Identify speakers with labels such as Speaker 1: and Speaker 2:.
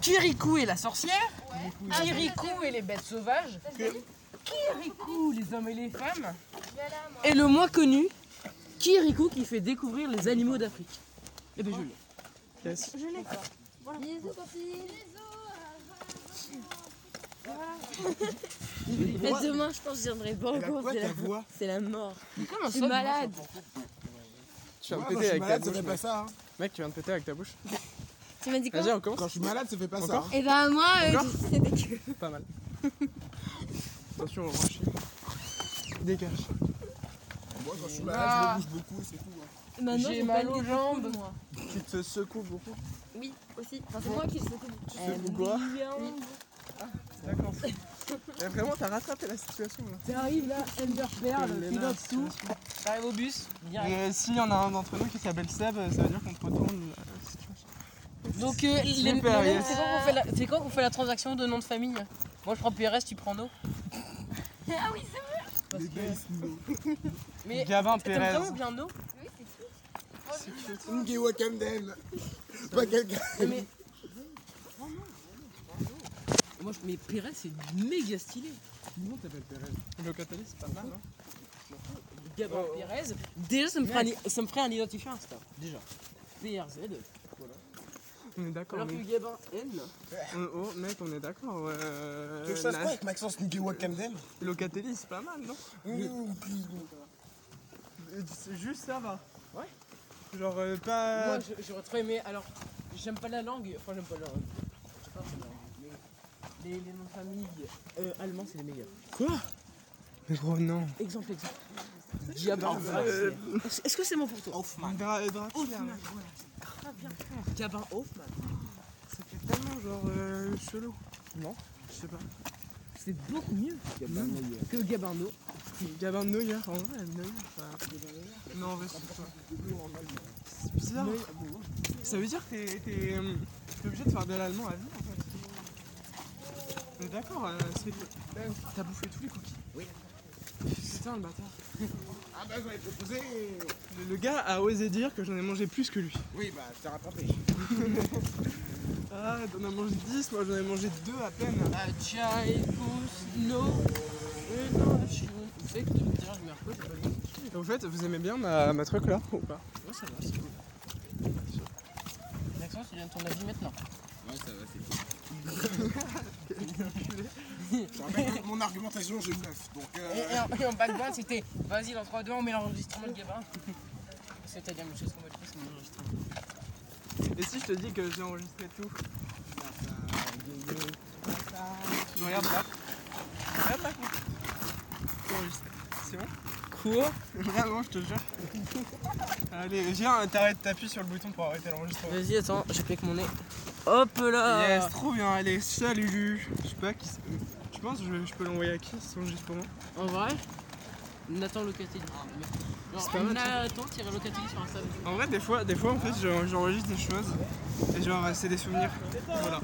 Speaker 1: Kirikou et la sorcière, Ah, Kirikou et les bêtes sauvages, Kirikou les hommes et les femmes, et le moins connu, Kirikou qui fait découvrir les animaux d'Afrique. Eh ben je l'ai.
Speaker 2: Mais demain, je pense que je viendrai pas
Speaker 3: Elle a
Speaker 2: encore.
Speaker 3: quoi
Speaker 2: C'est
Speaker 3: ta
Speaker 2: la...
Speaker 3: voix Ah,
Speaker 2: c'est la mort.
Speaker 1: Comment
Speaker 2: Je suis malade.
Speaker 4: Tu viens de
Speaker 3: Moi, Quand je
Speaker 4: péter
Speaker 3: suis
Speaker 4: avec ta
Speaker 3: malade, ça
Speaker 4: bouche.
Speaker 3: fait pas
Speaker 4: Mec.
Speaker 3: ça. hein.
Speaker 4: Mec, tu viens de péter avec ta bouche.
Speaker 1: Bah,
Speaker 2: Tu m'as dit quoi
Speaker 4: Vas-y, on
Speaker 3: Quand
Speaker 4: commence.
Speaker 3: je suis malade, ça fait pas ça.
Speaker 4: Encore
Speaker 3: hein.
Speaker 2: Eh ben moi, euh,
Speaker 4: Encore
Speaker 2: c'était que.
Speaker 4: Pas mal. Attention, on va chier. Dégage.
Speaker 3: Moi, quand je suis
Speaker 4: Ah.
Speaker 3: malade, je me bouge beaucoup, c'est tout. hein.
Speaker 2: Maintenant,
Speaker 1: J'ai
Speaker 2: pas
Speaker 1: mal
Speaker 2: une
Speaker 1: aux
Speaker 2: idée de
Speaker 1: jambes.
Speaker 2: foule, moi.
Speaker 4: Tu te secoues beaucoup.
Speaker 2: Oui, aussi. Enfin, c'est moi qui le secoue.
Speaker 3: Tu sais pourquoi
Speaker 4: D'accord. Eh, Vraiment, t'as rattrapé la situation là.
Speaker 1: T'arrives là,
Speaker 4: Que
Speaker 1: Enderpearl,
Speaker 4: Léna,
Speaker 1: T'arrives au bus, direct.
Speaker 4: Et euh, s'il y en a un d'entre nous qui s'appelle Seb, euh, ça veut dire qu'on te retourne la situation.
Speaker 1: Donc, euh, les- les
Speaker 4: Super,
Speaker 1: noms,
Speaker 4: yes.
Speaker 1: c'est quand qu'on fait, la- c'est quand qu'on fait la transaction de nom de famille Moi, je prends PRS, tu prends No. Ah oui,
Speaker 3: Les
Speaker 1: c'est vrai
Speaker 3: belles snow.
Speaker 1: Mais
Speaker 4: Gavin
Speaker 1: t'aimes
Speaker 4: Pérez.
Speaker 1: vraiment bien No
Speaker 3: Ngewa Camden. Pas quelqu'un.
Speaker 1: mais... Moi, je... Mais Pérez, c'est méga stylé
Speaker 4: Comment t'appelles Pérez Le catalyse, c'est pas mal, hein. non
Speaker 1: Gavin
Speaker 4: Oh.
Speaker 1: Pérez, déjà, ça me, ferait un, ça me ferait un identifiant Insta. Déjà. PRZ.
Speaker 4: On est d'accord.
Speaker 1: Alors que
Speaker 4: mais-
Speaker 1: Gavin N...
Speaker 4: on- Oh, mec, on est d'accord. ouais, euh,
Speaker 3: Tu sais quoi
Speaker 4: la-
Speaker 3: avec Maxence Ngewa Camden
Speaker 4: Locatelli, c'est pas mal, non
Speaker 3: Mmh.
Speaker 4: Mmh. Euh, Juste ça va.
Speaker 1: Ouais.
Speaker 4: Genre euh, pas.
Speaker 1: Moi, je- j'aurais trop aimé. Alors, j'aime pas la langue. Enfin, j'aime pas la langue. Je sais pas, c'est la langue, mais Les, les noms de famille euh, allemands, c'est les meilleurs.
Speaker 4: Mais gros non.
Speaker 1: Exemple, exemple. Diable.
Speaker 4: euh,
Speaker 1: Est-ce est-ce que c'est bon pour toi Hoffman.
Speaker 4: Dra Dracula,
Speaker 1: Hoffman,
Speaker 4: là.
Speaker 1: voilà. Grave bien faire. Gabin Hoffman.
Speaker 4: c'était tellement genre euh, chelou.
Speaker 1: Non.
Speaker 4: Je sais pas.
Speaker 1: C'est beaucoup mieux
Speaker 4: Gabin
Speaker 1: que Gabino.
Speaker 4: Gabin Neuer, en vrai, Neuer, ça. Non, en vrai, c'est pas. C'est
Speaker 1: Ah,
Speaker 4: bizarre. Ça veut dire que t'es- t'es euh, t'es obligé de faire de l'allemand à vie, en fait. Mais d'accord, euh, c'est. T'as bouffé tous les cookies. Oui. Putain, le bâtard.
Speaker 3: Ah bah, j'avais proposé.
Speaker 4: Le, le gars a osé dire que j'en ai mangé plus que lui.
Speaker 3: Oui, bah, je t'ai rattrapé.
Speaker 4: Ah, t'en as mangé 10, moi j'en ai mangé 2 à peine.
Speaker 1: A child who's no relation. Vous savez que tu me diras, je me repose, j'ai pas vu.
Speaker 4: Et en fait, vous aimez bien ma, ma truc là ou pas
Speaker 1: Moi, ça va, c'est cool. Maxence, tu donnes ton avis maintenant.
Speaker 3: Ouais, ça va, c'est cool. Je rappelle que mon argumentation, j'ai 9. Donc,
Speaker 1: Et,
Speaker 3: euh,
Speaker 1: et en, et en background, c'était vas-y, dans 3, 2, on met l'enregistrement de Gabin. C'était la même chose qu'on m'a dit, c'est mon enregistrement.
Speaker 4: Et si je te dis que j'ai enregistré tout Tu me regardes là. Regarde là, quoi. J'ai enregistré. C'est bon
Speaker 1: Quoi
Speaker 4: Vraiment, je te jure. Allez, viens, t'arrêtes, t'appuies sur le bouton pour arrêter l'enregistrement.
Speaker 1: Vas-y, attends, j'applique mon nez. Hop là
Speaker 4: Yes, trop bien, allez, salut Je sais pas qui c'est. Tu penses que je, je peux l'envoyer à qui son enregistrement
Speaker 1: En vrai, Nathan Locatelli. Genre,
Speaker 4: Ah, C'est pas mal, ça.
Speaker 1: Nathan tirer Locatelli sur Instagram.
Speaker 4: En vrai, des fois, des fois en fait, je- j'enregistre des choses et genre, c'est des souvenirs. Voilà.